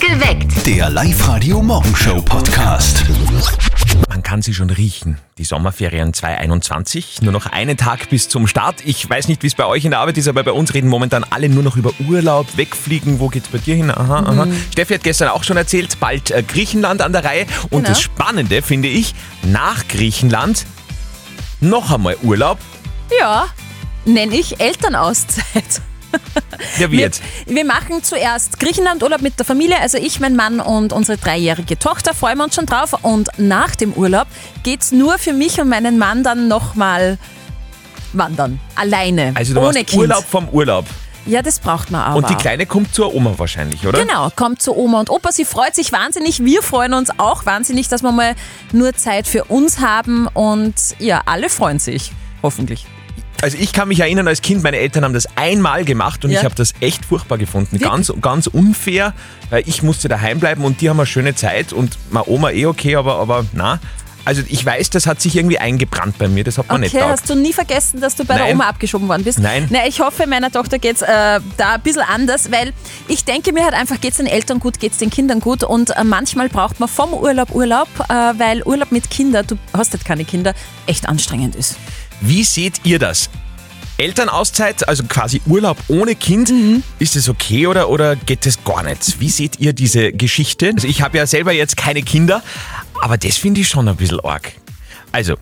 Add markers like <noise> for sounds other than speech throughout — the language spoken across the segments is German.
Geweckt. Der Live-Radio-Morgenshow-Podcast. Man kann sie schon riechen, die Sommerferien 2021. Nur noch einen Tag bis zum Start. Ich weiß nicht, wie es bei euch in der Arbeit ist, aber bei uns reden momentan alle nur noch über Urlaub, wegfliegen. Wo geht's bei dir hin? Aha, aha. Mhm. Steffi hat gestern auch schon erzählt, bald äh, Griechenland an der Reihe. Und Genau. das Spannende finde ich, nach Griechenland noch einmal Urlaub. Ja, nenne ich Elternauszeit. <laughs> Der Wir, wird. wir machen zuerst Griechenlandurlaub mit der Familie, also ich, mein Mann und unsere dreijährige Tochter. Freuen wir uns schon drauf. Und nach dem Urlaub geht's nur für mich und meinen Mann dann nochmal wandern. Alleine. Also du ohne machst Kind. Urlaub vom Urlaub. Ja, das braucht man aber. Und die Kleine kommt zur Oma wahrscheinlich, oder? Genau, kommt zu Oma und Opa. Sie freut sich wahnsinnig. Wir freuen uns auch wahnsinnig, dass wir mal nur Zeit für uns haben. Und ja, alle freuen sich. Hoffentlich. Also ich kann mich erinnern, als Kind, meine Eltern haben das einmal gemacht und Ja. ich habe das echt furchtbar gefunden. Wirklich? Ganz, ganz unfair, weil ich musste daheim bleiben und die haben eine schöne Zeit und meine Oma eh okay, aber, aber na. Also ich weiß, das hat sich irgendwie eingebrannt bei mir, das hat man nicht Okay, taugt. hast du nie vergessen, dass du bei der Nein. Oma abgeschoben worden bist? Nein. Na, ich hoffe, meiner Tochter geht es äh, da ein bisschen anders, weil ich denke mir halt einfach, geht es den Eltern gut, geht es den Kindern gut und äh, manchmal braucht man vom Urlaub Urlaub, äh, weil Urlaub mit Kindern, du hast halt keine Kinder, echt anstrengend ist. Wie seht ihr das? Elternauszeit, also quasi Urlaub ohne Kind, Mhm. ist das okay oder, oder geht das gar nicht? Wie seht ihr diese Geschichte? Also ich habe ja selber jetzt keine Kinder, aber das finde ich schon ein bisschen arg. Also,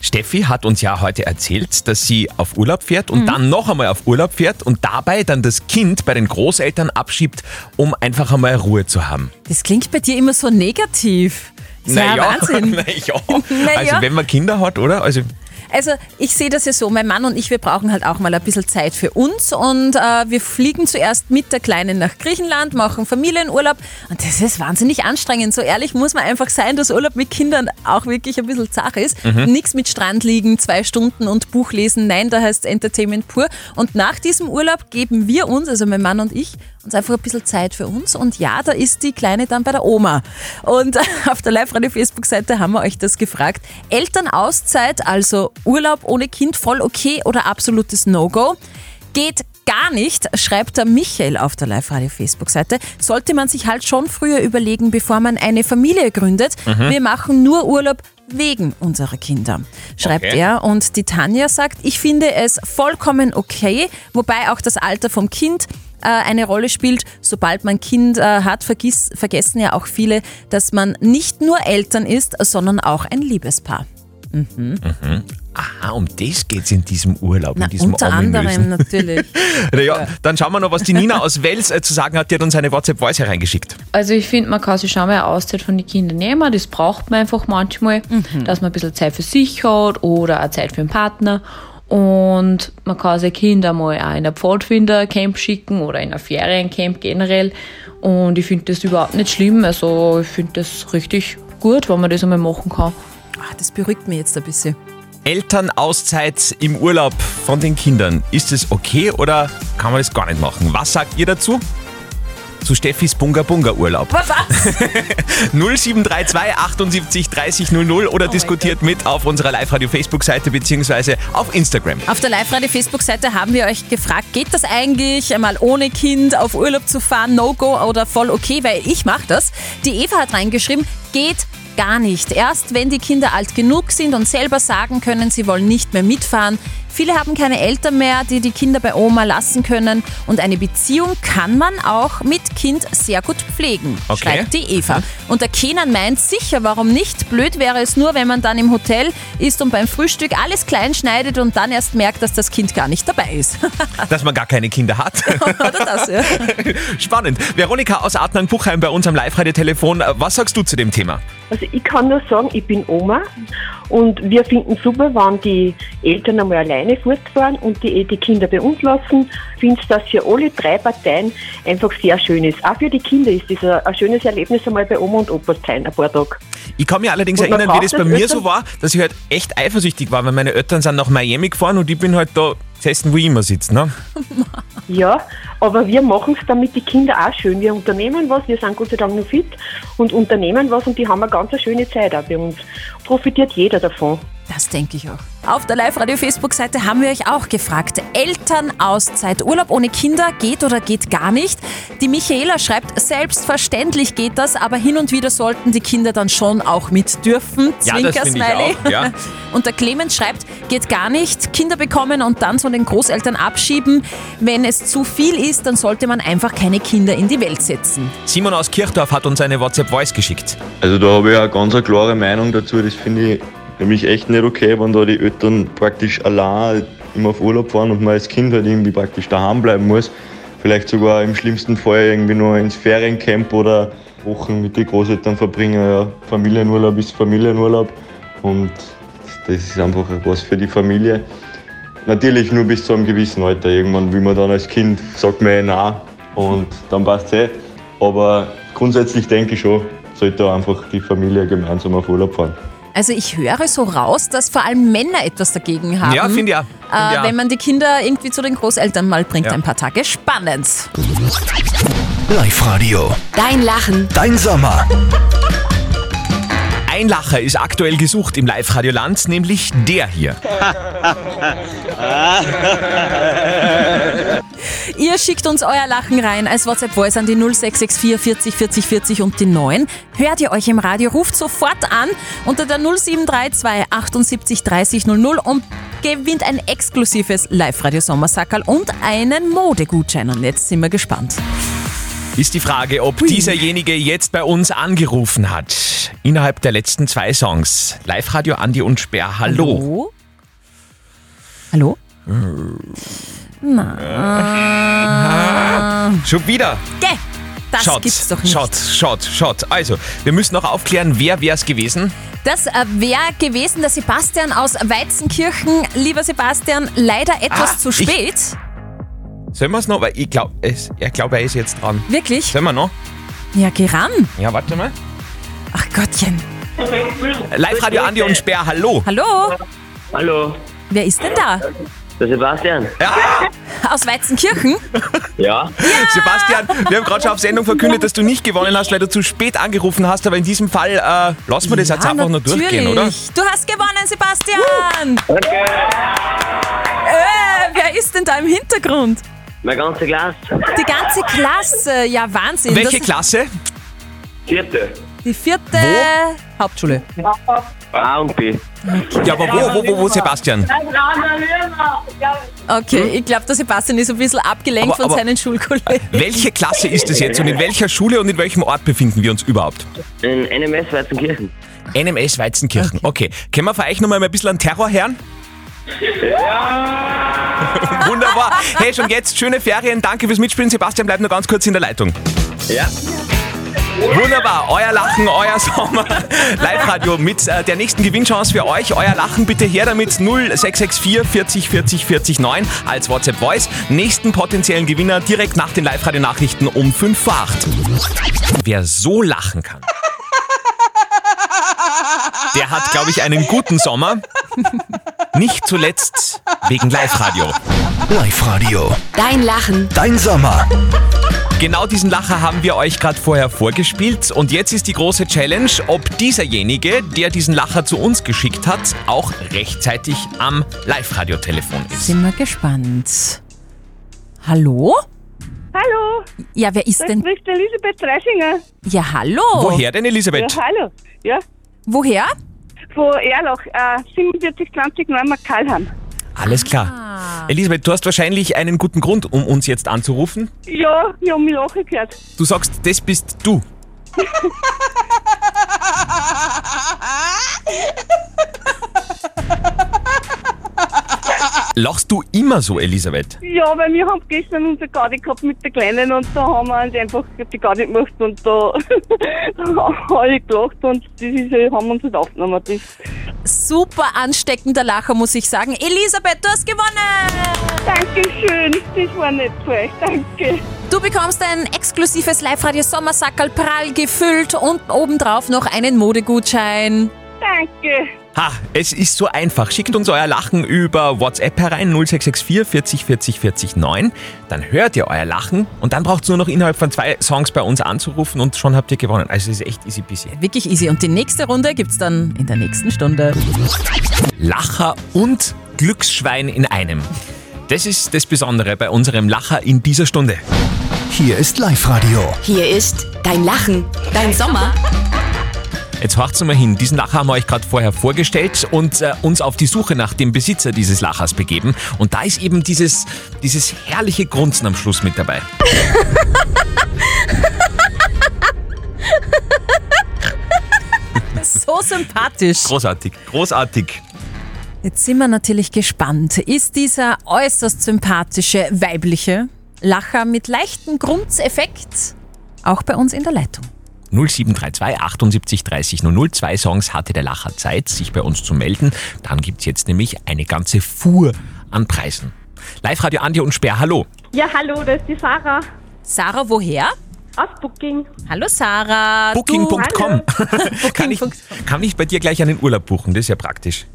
Steffi hat uns ja heute erzählt, dass sie auf Urlaub fährt Mhm. und dann noch einmal auf Urlaub fährt und dabei dann das Kind bei den Großeltern abschiebt, um einfach einmal Ruhe zu haben. Das klingt bei dir immer so negativ. Das ist <laughs> ja Wahnsinn. <laughs> naja. Also Naja. wenn man Kinder hat, oder? Also Also ich sehe das ja so, mein Mann und ich, wir brauchen halt auch mal ein bisschen Zeit für uns und äh, wir fliegen zuerst mit der Kleinen nach Griechenland, machen Familienurlaub und das ist wahnsinnig anstrengend. So ehrlich muss man einfach sein, dass Urlaub mit Kindern auch wirklich ein bisschen Sache ist. Nichts mit Strand liegen, zwei Stunden und Buch lesen, nein, da heißt Entertainment pur. Und nach diesem Urlaub geben wir uns, also mein Mann und ich, uns einfach ein bisschen Zeit für uns und ja, da ist die Kleine dann bei der Oma. Und <laughs> auf der Live-Radio-Facebook-Seite haben wir euch das gefragt. Elternauszeit, also Urlaub ohne Kind, voll okay oder absolutes No-Go? Geht gar nicht, schreibt der Michael auf der Live-Radio-Facebook-Seite. Sollte man sich halt schon früher überlegen, bevor man eine Familie gründet. Wir machen nur Urlaub wegen unserer Kinder, schreibt Okay. er. Ja, Äh, und die Tanja sagt, ich finde es vollkommen okay, wobei auch das Alter vom Kind äh, eine Rolle spielt. Sobald man Kind äh, hat, vergiss, vergessen ja auch viele, dass man nicht nur Eltern ist, sondern auch ein Liebespaar. ah, um das geht es in diesem Urlaub, Na, in diesem unter ominösen anderem natürlich. Naja, dann schauen wir noch, was die Nina aus Wels äh, zu sagen hat. Die hat uns eine WhatsApp-Voice hereingeschickt. Also ich finde, man kann sich schon mal eine Auszeit von den Kindern nehmen. Das braucht man einfach manchmal, dass man ein bisschen Zeit für sich hat oder auch Zeit für den Partner. Und man kann seine Kinder mal auch in ein Pfadfindercamp schicken oder in ein Feriencamp generell. Und ich finde das überhaupt nicht schlimm. Also ich finde das richtig gut, wenn man das einmal machen kann. Ach, Ah, das beruhigt mich jetzt ein bisschen. Elternauszeit im Urlaub von den Kindern. Ist es okay oder kann man das gar nicht machen? Was sagt ihr dazu? Zu Steffis Bunga Bunga Urlaub. Was? 0732 78 30 00 oder diskutiert mit auf unserer Live-Radio-Facebook-Seite beziehungsweise auf Instagram. Auf der Live-Radio-Facebook-Seite haben wir euch gefragt, geht das eigentlich, mal ohne Kind auf Urlaub zu fahren, No-Go oder voll okay, weil ich mache das. Die Eva hat reingeschrieben, geht gar nicht. Erst wenn die Kinder alt genug sind und selber sagen können, sie wollen nicht mehr mitfahren. Viele haben keine Eltern mehr, die die Kinder bei Oma lassen können. Und eine Beziehung kann man auch mit Kind sehr gut pflegen, Okay. schreibt die Eva. Und der Kenan meint sicher, warum nicht? Blöd wäre es nur, wenn man dann im Hotel ist und beim Frühstück alles klein schneidet und dann erst merkt, dass das Kind gar nicht dabei ist. <laughs> Dass man gar keine Kinder hat. Oder das, ja. <laughs> Spannend. Veronika aus Adnang-Puchheim bei uns am Live-Radio-Telefon. Was sagst du zu dem Thema? Also ich kann nur sagen, ich bin Oma und wir finden super, wenn die Eltern einmal alleine fortfahren und die, die Kinder bei uns lassen. Ich finde, dass für alle drei Parteien einfach sehr schön ist. Auch für die Kinder ist das ein, ein schönes Erlebnis, einmal bei Oma und Opa zu sein, ein paar Tage. Ich kann mich allerdings Und man erinnern, wie das braucht bei das mir Öfters- so war, dass ich halt echt eifersüchtig war, weil meine Eltern sind nach Miami gefahren und ich bin halt da gesessen, wo ich immer sitze. Ne? Ja, aber wir machen es damit die Kinder auch schön. Wir unternehmen was, wir sind Gott sei Dank noch fit und unternehmen was und die haben eine ganz schöne Zeit auch bei uns. Profitiert jeder davon. Das denke ich auch. Auf der Live-Radio-Facebook-Seite haben wir euch auch gefragt. Elternauszeit, Urlaub ohne Kinder geht oder geht gar nicht? Die Michaela schreibt, selbstverständlich geht das, aber hin und wieder sollten die Kinder dann schon auch mit dürfen. Ja, das finde ich Zwinker-Smiley. auch, ja. <laughs> Und der Clemens schreibt, geht gar nicht, Kinder bekommen und dann von den Großeltern abschieben. Wenn es zu viel ist, dann sollte man einfach keine Kinder in die Welt setzen. Simon aus Kirchdorf hat uns eine WhatsApp-Voice geschickt. Also da habe ich eine ganz eine klare Meinung dazu. Das finde ich nämlich echt nicht okay, wenn da die Eltern praktisch allein immer auf Urlaub fahren und man als Kind halt irgendwie praktisch daheim bleiben muss. Vielleicht sogar im schlimmsten Fall irgendwie nur ins Feriencamp oder Wochen mit den Großeltern verbringen. Ja, Familienurlaub ist Familienurlaub und das ist einfach was für die Familie. Natürlich nur bis zu einem gewissen Alter. Irgendwann will man dann als Kind, sagt man eh nein und dann passt eh. Aber grundsätzlich denke ich schon, sollte einfach die Familie gemeinsam auf Urlaub fahren. Also ich höre so raus, dass vor allem Männer etwas dagegen haben. Ja, finde ich auch. Finde äh, ich auch. Wenn man die Kinder irgendwie zu den Großeltern mal bringt, Ja. ein paar Tage. Spannend. Live-Radio. Dein Lachen. Dein Sommer. Ein Lacher ist aktuell gesucht im Live-Radio Land, nämlich der hier. Ihr schickt uns euer Lachen rein als WhatsApp-Voice an die 0664 40 40 40 und die 9. Hört ihr euch im Radio, ruft sofort an unter der 0732 78 30 00 und gewinnt ein exklusives Live-Radio-Sommersackerl und einen Modegutschein. Und jetzt sind wir gespannt. Ist die Frage, ob dieserjenige jetzt bei uns angerufen hat. Innerhalb der letzten zwei Songs. Live-Radio Andi und Sperr, hallo. Äh. Hallo? Schon wieder. Geh! Das Schaut, gibt's doch nicht. schaut, schaut, schaut. Also, wir müssen noch aufklären, wer wäre es gewesen. Das äh, wäre gewesen der Sebastian aus Weizenkirchen. Lieber Sebastian, leider etwas Ah, zu ich- spät. Sollen wir es noch? Weil ich glaube, er glaubt, er ist jetzt dran. Wirklich? Sollen wir noch? Ja, geh ran. Ja, warte mal. Ach Gottchen. Live-Radio Andi und Sperr, hallo. Hallo? Hallo, Wer ist denn da? der Sebastian. Aus Weizenkirchen? Ja, Ah. Sebastian, wir haben gerade schon auf Sendung verkündet, dass du nicht gewonnen hast, weil du zu spät angerufen hast. Aber in diesem Fall äh, lassen wir das jetzt Ja, einfach nur durchgehen, oder? Ah, natürlich. Du hast gewonnen, Sebastian. Äh, wer ist denn da im Hintergrund? mein ganzer Glas. Die ganze Klasse. Ja, Wahnsinn. Welche das Klasse? Vierte. ist die vierte Hauptschule. A Ah, und B. Ja, aber wo, wo, wo, wo, Sebastian? Okay, ich glaube, der Sebastian ist ein bisschen abgelenkt Hm? Aber- von aber- seinen Schulkollegen. Welche Klasse ist es jetzt und in welcher Schule und in welchem Ort befinden wir uns überhaupt? In NMS Weizenkirchen. NMS Weizenkirchen, okay. Können wir von euch nochmal ein bisschen einen Terror hören? Ja! <laughs> Wunderbar. Hey, schon jetzt schöne Ferien. Danke fürs Mitspielen. Sebastian, bleib nur ganz kurz in der Leitung. Ja. Wunderbar, euer Lachen, euer Sommer. Live-Radio mit äh, der nächsten Gewinnchance für euch. Euer Lachen bitte her damit 0664 40 40 40 9 als WhatsApp-Voice. Nächsten potenziellen Gewinner direkt nach den Live-Radio-Nachrichten um 5 vor 8. Wer so lachen kann, der hat, glaube ich, einen guten Sommer. Nicht zuletzt wegen Live-Radio. Live-Radio. Dein Lachen. Dein Sommer. Genau diesen Lacher haben wir euch gerade vorher vorgespielt und jetzt ist die große Challenge, ob dieserjenige, der diesen Lacher zu uns geschickt hat, auch rechtzeitig am Live-Radio-Telefon ist. Sind wir gespannt. Hallo? Hallo, Ja, wer ist da denn? spricht Elisabeth Dreisinger. Ja, hallo. Woher denn, Ja, Elisabeth? hallo. Ja, Woher? von Erlach, äh, 4720 Neumarkt Kalheim. Alles klar. Elisabeth, du hast wahrscheinlich einen guten Grund, um uns jetzt anzurufen. Ja, ich habe mich lachen gehört. Du sagst, das bist du. Lachst du immer so, Elisabeth? Ja, weil wir haben gestern unser Gaudi gehabt mit der Kleinen und da haben wir uns einfach die Gaudi gemacht und da, <laughs> da haben alle gelacht und das ist, äh, haben uns halt aufgenommen. Das. Super ansteckender Lacher, muss ich sagen. Elisabeth, du hast gewonnen! Dankeschön, das war nett für euch, danke. Du bekommst ein exklusives Live-Radio Sommersackerl prall gefüllt und obendrauf noch einen Modegutschein. Danke. Ha, es ist so einfach. Schickt uns euer Lachen über WhatsApp herein 0664 40 40 40 9. Dann hört ihr euer Lachen und dann braucht es nur noch innerhalb von zwei Songs bei uns anzurufen und schon habt ihr gewonnen. Also es ist echt easy peasy. Wirklich easy. Und die nächste Runde gibt's dann in der nächsten Stunde. Lacher und Glücksschwein in einem. Das ist das Besondere bei unserem Lacher in dieser Stunde. Hier ist Live-Radio. Hier ist dein Lachen, dein Sommer. Jetzt horcht's mal hin. Diesen Lacher haben wir euch gerade vorher vorgestellt und äh, uns auf die Suche nach dem Besitzer dieses Lachers begeben. Und da ist eben dieses, dieses herrliche Grunzen am Schluss mit dabei. So sympathisch. Großartig, großartig. Jetzt sind wir natürlich gespannt. Ist dieser äußerst sympathische weibliche Lacher mit leichtem Grunzeffekt auch bei uns in der Leitung? 0732 78 30 00. Zwei Songs hatte der Lacher Zeit, sich bei uns zu melden. Dann gibt's jetzt nämlich eine ganze Fuhr an Preisen. Live Radio Andi und Sperr, hallo. Ja, hallo, das ist die Sarah Sarah, woher? aus Booking. Hallo Sarah. Booking.com. <laughs> kann, ich, Booking.com. kann ich bei dir gleich einen Urlaub buchen? Das ist ja praktisch.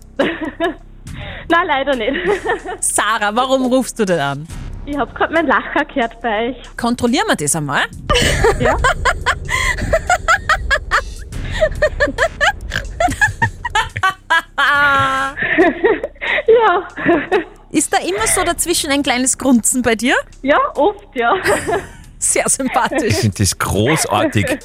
Na leider nicht. Sarah, warum rufst du denn an? Ich habe gerade mein Lacher gehört bei euch. Kontrollieren wir das einmal. Ja. ja, Ist da immer so dazwischen ein kleines Grunzen bei dir? ja, oft, ja. Sehr sympathisch. Ich finde das großartig.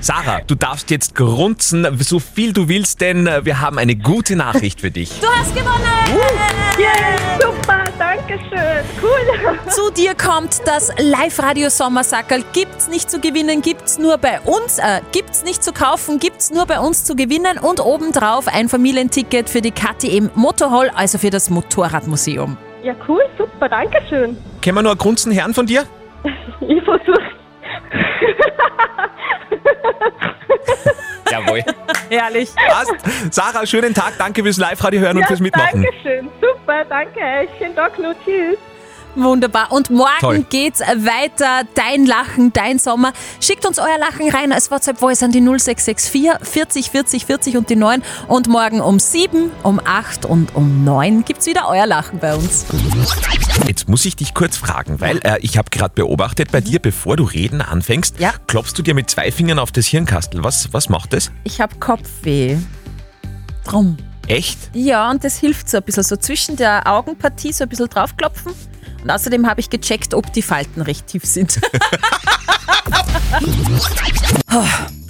Sarah, du darfst jetzt grunzen, so viel du willst, denn äh, wir haben eine gute Nachricht für dich. Du hast gewonnen! Uh. Yeah, super, danke schön. Cool. <laughs> Zu dir kommt das Live-Radio Sommersackerl. Gibt's nicht zu gewinnen, gibt's nur bei uns. Äh, gibt's nicht zu kaufen, gibt's nur bei uns zu gewinnen. Und obendrauf ein Familienticket für die KTM Motorhall, also für das Motorradmuseum. Ja, cool, super, danke schön. Können wir nur ein Grunzen hören von dir? Ich versuche Jawohl. <laughs> Herrlich. Passt. Sarah, schönen Tag, danke fürs Live-Radio hören und fürs Mitmachen. Danke schön, super, danke euch. Schönen Tag noch, tschüss. Wunderbar. Und morgen Toll. geht's weiter. Dein Lachen, dein Sommer. Schickt uns euer Lachen rein als WhatsApp-Voice an die 0664 40 40 40 und die 9. Und morgen um 7, um 8 und um 9 gibt's wieder euer Lachen bei uns. Jetzt muss ich dich kurz fragen, weil äh, ich habe gerade beobachtet, bei dir, bevor du reden anfängst, Ja. klopfst du dir mit zwei Fingern auf das Hirnkastel. Was, was macht das? Ich habe Kopfweh. Drum. Echt? Ja, und das hilft so ein bisschen. So zwischen der Augenpartie so ein bisschen draufklopfen. Und außerdem habe ich gecheckt, ob die Falten recht tief sind. <laughs> Oh,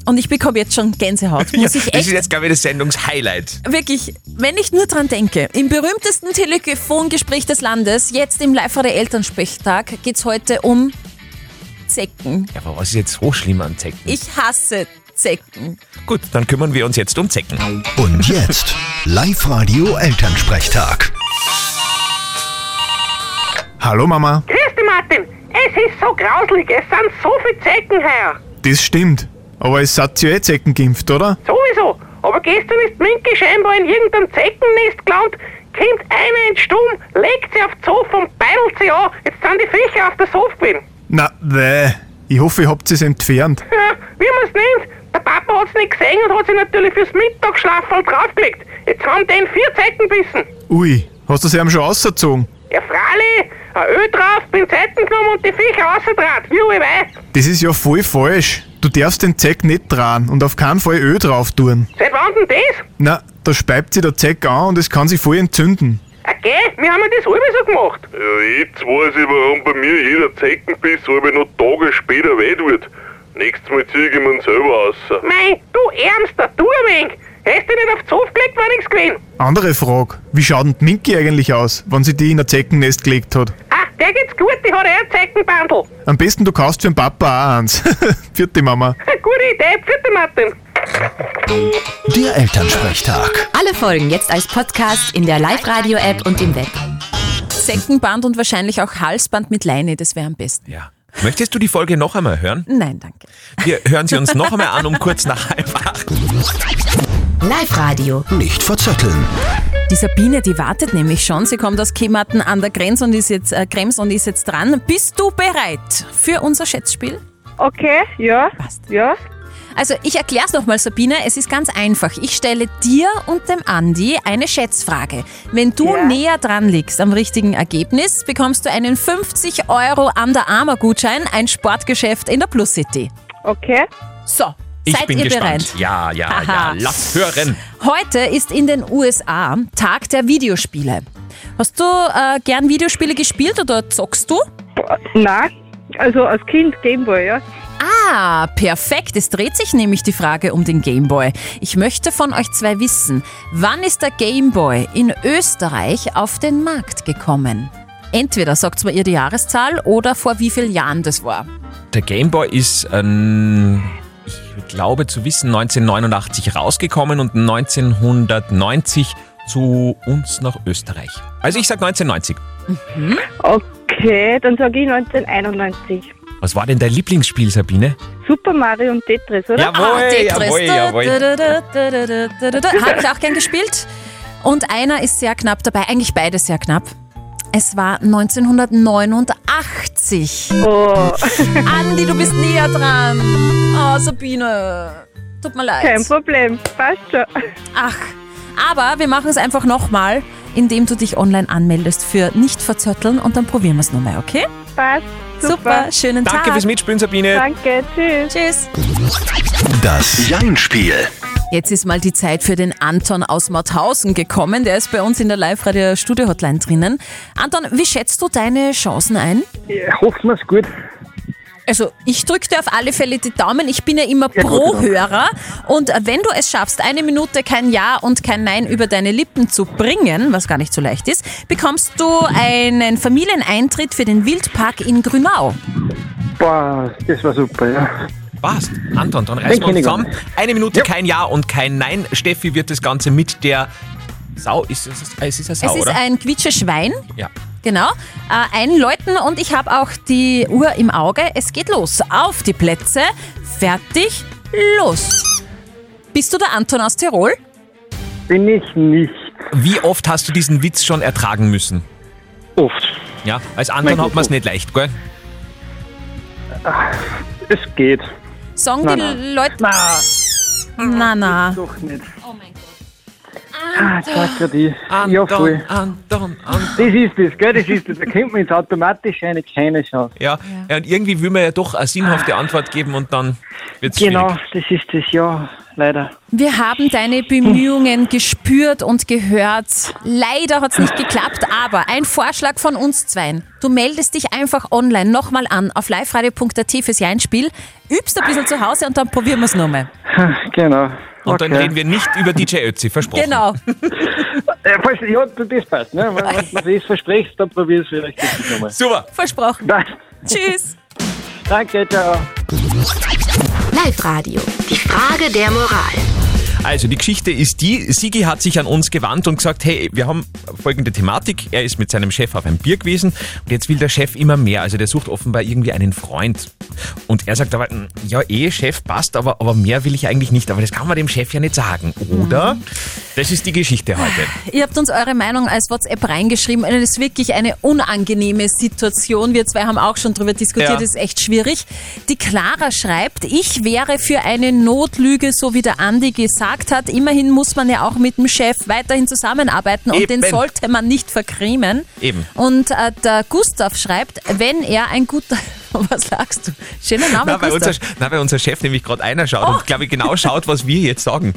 und ich bekomme jetzt schon Gänsehaut. Muss ich das ist echt jetzt, glaube ich, das Sendungshighlight. wirklich, wenn ich nur dran denke, im berühmtesten Telefongespräch des Landes, jetzt im live der Elternsprechtag, geht's heute um Zecken. Ja, aber was ist jetzt so schlimm an Zecken? Ich hasse Zecken. Gut, dann kümmern wir uns jetzt um Zecken. Und jetzt Live-Radio Elternsprechtag. Hallo Mama. Grüß dich, Martin. Es ist so grauselig. Es sind so viele Zecken heuer. Das stimmt. Aber es hat ja eh Zecken geimpft, oder? Sowieso. Aber gestern ist Minke scheinbar in irgendeinem Zeckennest gelandet. Kommt einer in den Sturm, legt sie auf den Sofa und beidelt sie an. Jetzt sind die Viecher auf der Sofa gewesen. Na, weh. Ich hoffe, ihr habt es entfernt. Ja, wie man es nennt. Der Papa hat's nicht gesehen und hat sie natürlich fürs Mittagsschlafen draufgelegt. Jetzt haben den vier Zecken bissen. Ui, hast du sie ihm schon ausgezogen? Ja, Frali, ein Öl drauf, Pinzetten genommen und die Viecher rausgetragen. Juhu, wei. Das ist ja voll falsch. Du darfst den Zeck nicht dran und auf keinen Fall Öl drauf tun. Seit wann denn das? Na, da speibt sich der Zeck an und es kann sich voll entzünden. Okay, Ah, wir haben ja das alle so gemacht. Ja, jetzt weiß ich, warum bei mir jeder Zeckenbiss halbe noch Tage später weh wird. Nächstes Mal zieh ich ihn selber aus. Mei, du ärmster Durmeng! Hast du nicht auf den Zoff gelegt, war nix gewesen. Andere Frage. Wie schaut denn die Minki eigentlich aus, wenn sie die in ein Zeckennest gelegt hat? Ach, Ah, der geht's gut, die hat eh ein Zeckenbandel. Am besten du kaufst für den Papa auch eins. <laughs> Vierte Mama. Ah, Gute Idee, pfiat Martin. Der Elternsprechtag. Alle Folgen jetzt als Podcast in der Live-Radio-App und im Web. Zeckenband und wahrscheinlich auch Halsband mit Leine, das wäre am besten. Ja. Möchtest du die Folge noch einmal hören? Nein, danke. Wir hören sie uns noch einmal an um kurz nach halb acht. Live-Radio. Nicht verzetteln. Die Sabine, die wartet nämlich schon. Sie kommt aus Kematen an der Grenze und ist jetzt, äh, Krems und ist jetzt dran. Bist du bereit für unser Schätzspiel? Okay, ja, Passt. ja. Also ich erkläre es nochmal, Sabine. Es ist ganz einfach. Ich stelle dir und dem Andi eine Schätzfrage. Wenn du näher dran liegst am richtigen Ergebnis, bekommst du einen 50 Euro Under Armour Gutschein, ein Sportgeschäft in der Plus City. Okay. So, Ich seid bin ihr gespannt. bereit? Ja, ja, ja. Haha. Lass hören. Heute ist in den USA Tag der Videospiele. Hast du äh, gern Videospiele gespielt oder zockst du? Nein, also als Kind Gameboy, ja. Ah, perfekt. Es dreht sich nämlich die Frage um den Gameboy. Ich möchte von euch zwei wissen, wann ist der Gameboy in Österreich auf den Markt gekommen? Entweder sagt mir ihr die Jahreszahl oder vor wie vielen Jahren das war. Der Gameboy ist, ähm, ich glaube zu wissen, 1989 rausgekommen und 1990 zu uns nach Österreich. Also ich sag 1990. Okay, dann sage ich 1991. Was war denn dein Lieblingsspiel, Sabine? Super Mario und Tetris, oder? Jawohl, Ah, Tetris. jawohl, jawohl. Habe ich auch gern gespielt. Und einer ist sehr knapp dabei, eigentlich beide sehr knapp. Es war 1989. Oh. Andi, du bist näher dran. Oh, Sabine. Tut mir leid. Kein Problem, passt schon. Ach, aber wir machen es einfach nochmal, indem du dich online anmeldest für nicht verzötteln und dann probieren wir es nochmal, okay? Passt. Super, schönen Danke Tag. fürs Mitspielen, Sabine. Danke, Tschüss. tschüss. Das Jein-Spiel. Jetzt ist mal die Zeit für den Anton aus Mauthausen gekommen. Der ist bei uns in der Live-Radio-Studio-Hotline drinnen. Anton, wie schätzt du deine Chancen ein? Hoffen wir es gut. Also ich drücke dir auf alle Fälle die Daumen. Ich bin ja genau. immer pro Dank. Hörer. Und äh, wenn du es schaffst, eine Minute kein Ja und kein Nein über deine Lippen zu bringen, was gar nicht so leicht ist, bekommst du einen Familieneintritt für den Wildpark in Grünau. Boah, das war super, ja. Passt. Anton, dann reißen wir uns kenn ich zusammen. Eine Minute kein Ja und kein Nein. Steffi wird das Ganze mit der Sau. Ist es, es ist eine Sau, es ist oder? ein Quitscheschwein. ja. Genau, äh, einläuten und ich habe auch die Uhr im Auge. Es geht los. Auf die Plätze. Fertig. Los. Bist du der Anton aus Tirol? Bin ich nicht. Wie oft hast du diesen Witz schon ertragen müssen? Oft. Ja, als Anton Mein hat man es Gott. nicht leicht, gell? Es geht. Sagen Nein, die nein. Leute. Na, na. na. Doch nicht. Ah, sag grad ich. Ja, voll. Anton, Anton. Das ist es, gell, das ist es. Da kommt man jetzt automatisch eine keine Chance. Ja. ja, und irgendwie will man ja doch eine sinnhafte Antwort geben und dann wird es Genau, das ist es, ja, leider. Wir haben deine Bemühungen gespürt und gehört. Leider hat es nicht geklappt, aber ein Vorschlag von uns zweien. Du meldest dich einfach online nochmal an auf liveradio.at fürs Jeinspiel, übst ein bisschen zu Hause und dann probieren wir es nochmal. Genau. Und dann okay. reden wir nicht über DJ Ötzi, versprochen. Genau. <laughs> Äh, falls, ja, das passt. Ne? Wenn wenn du das versprichst, dann probier es vielleicht richtig nochmal. Super. Versprochen. Tschüss. Danke, ciao. Live Radio. Die Frage der Moral. Also die Geschichte ist die, Sigi hat sich an uns gewandt und gesagt, hey, wir haben folgende Thematik. Er ist mit seinem Chef auf ein Bier gewesen und jetzt will der Chef immer mehr. Also der sucht offenbar irgendwie einen Freund. Und er sagt aber, "Hm, ja eh, Chef passt, aber, aber mehr will ich eigentlich nicht. Aber das kann man dem Chef ja nicht sagen, oder? Das ist die Geschichte heute. Ihr habt uns eure Meinung als WhatsApp reingeschrieben. Und Es ist wirklich eine unangenehme Situation. Wir zwei haben auch schon drüber diskutiert. Ja. Das ist echt schwierig. Die Clara schreibt, ich wäre für eine Notlüge, so wie der Andi gesagt hat. Immerhin muss man ja auch mit dem Chef weiterhin zusammenarbeiten und den Eben. sollte man nicht vergrämen. Eben. Und äh, der Gustav schreibt, wenn er ein guter... <laughs> Was sagst du? Schöner Name, Na, weil, unser, Gustav. na, weil unser Chef nämlich gerade einer schaut und glaube ich genau schaut, was wir jetzt sagen.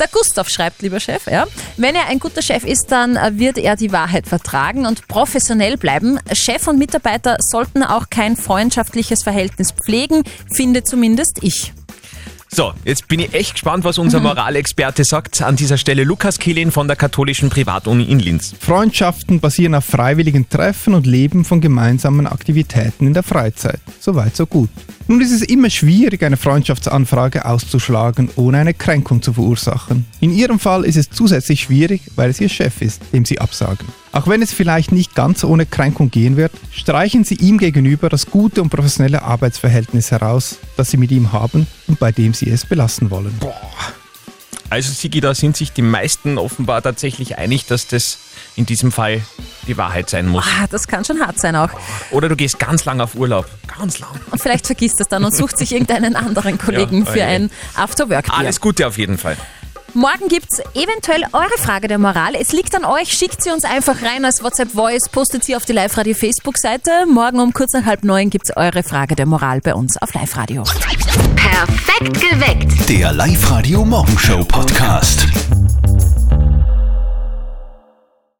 Der Gustav schreibt, lieber Chef, ja. Wenn er ein guter Chef ist, dann äh, wird er die Wahrheit vertragen und professionell bleiben. Chef und Mitarbeiter sollten auch kein freundschaftliches Verhältnis pflegen, finde zumindest ich. So, jetzt bin ich echt gespannt, was unser Moralexperte sagt. An dieser Stelle Lukas Kehlin von der katholischen Privatuni in Linz. Freundschaften basieren auf freiwilligen Treffen und Leben von gemeinsamen Aktivitäten in der Freizeit. Soweit, so gut. Nun ist es immer schwierig, eine Freundschaftsanfrage auszuschlagen, ohne eine Kränkung zu verursachen. In Ihrem Fall ist es zusätzlich schwierig, weil es Ihr Chef ist, dem Sie absagen. Auch wenn es vielleicht nicht ganz ohne Kränkung gehen wird, streichen Sie ihm gegenüber das gute und professionelle Arbeitsverhältnis heraus, das Sie mit ihm haben und bei dem Sie es belassen wollen. Also Sigi, da sind sich die meisten offenbar tatsächlich einig, dass das in diesem Fall die Wahrheit sein muss. Ah, das kann schon hart sein auch. Oder du gehst ganz lang auf Urlaub. Ganz lang. Und vielleicht vergisst das dann und sucht sich irgendeinen anderen <laughs> Kollegen Ja, für oje. ein Afterwork-Bier. Alles Gute auf jeden Fall. Morgen gibt's eventuell eure Frage der Moral. Es liegt an euch. Schickt sie uns einfach rein als WhatsApp-Voice, postet sie auf die Live-Radio-Facebook-Seite. Morgen um kurz nach halb neun gibt's eure Frage der Moral bei uns auf Live-Radio. Perfekt geweckt. Der Live-Radio Morgenshow Podcast.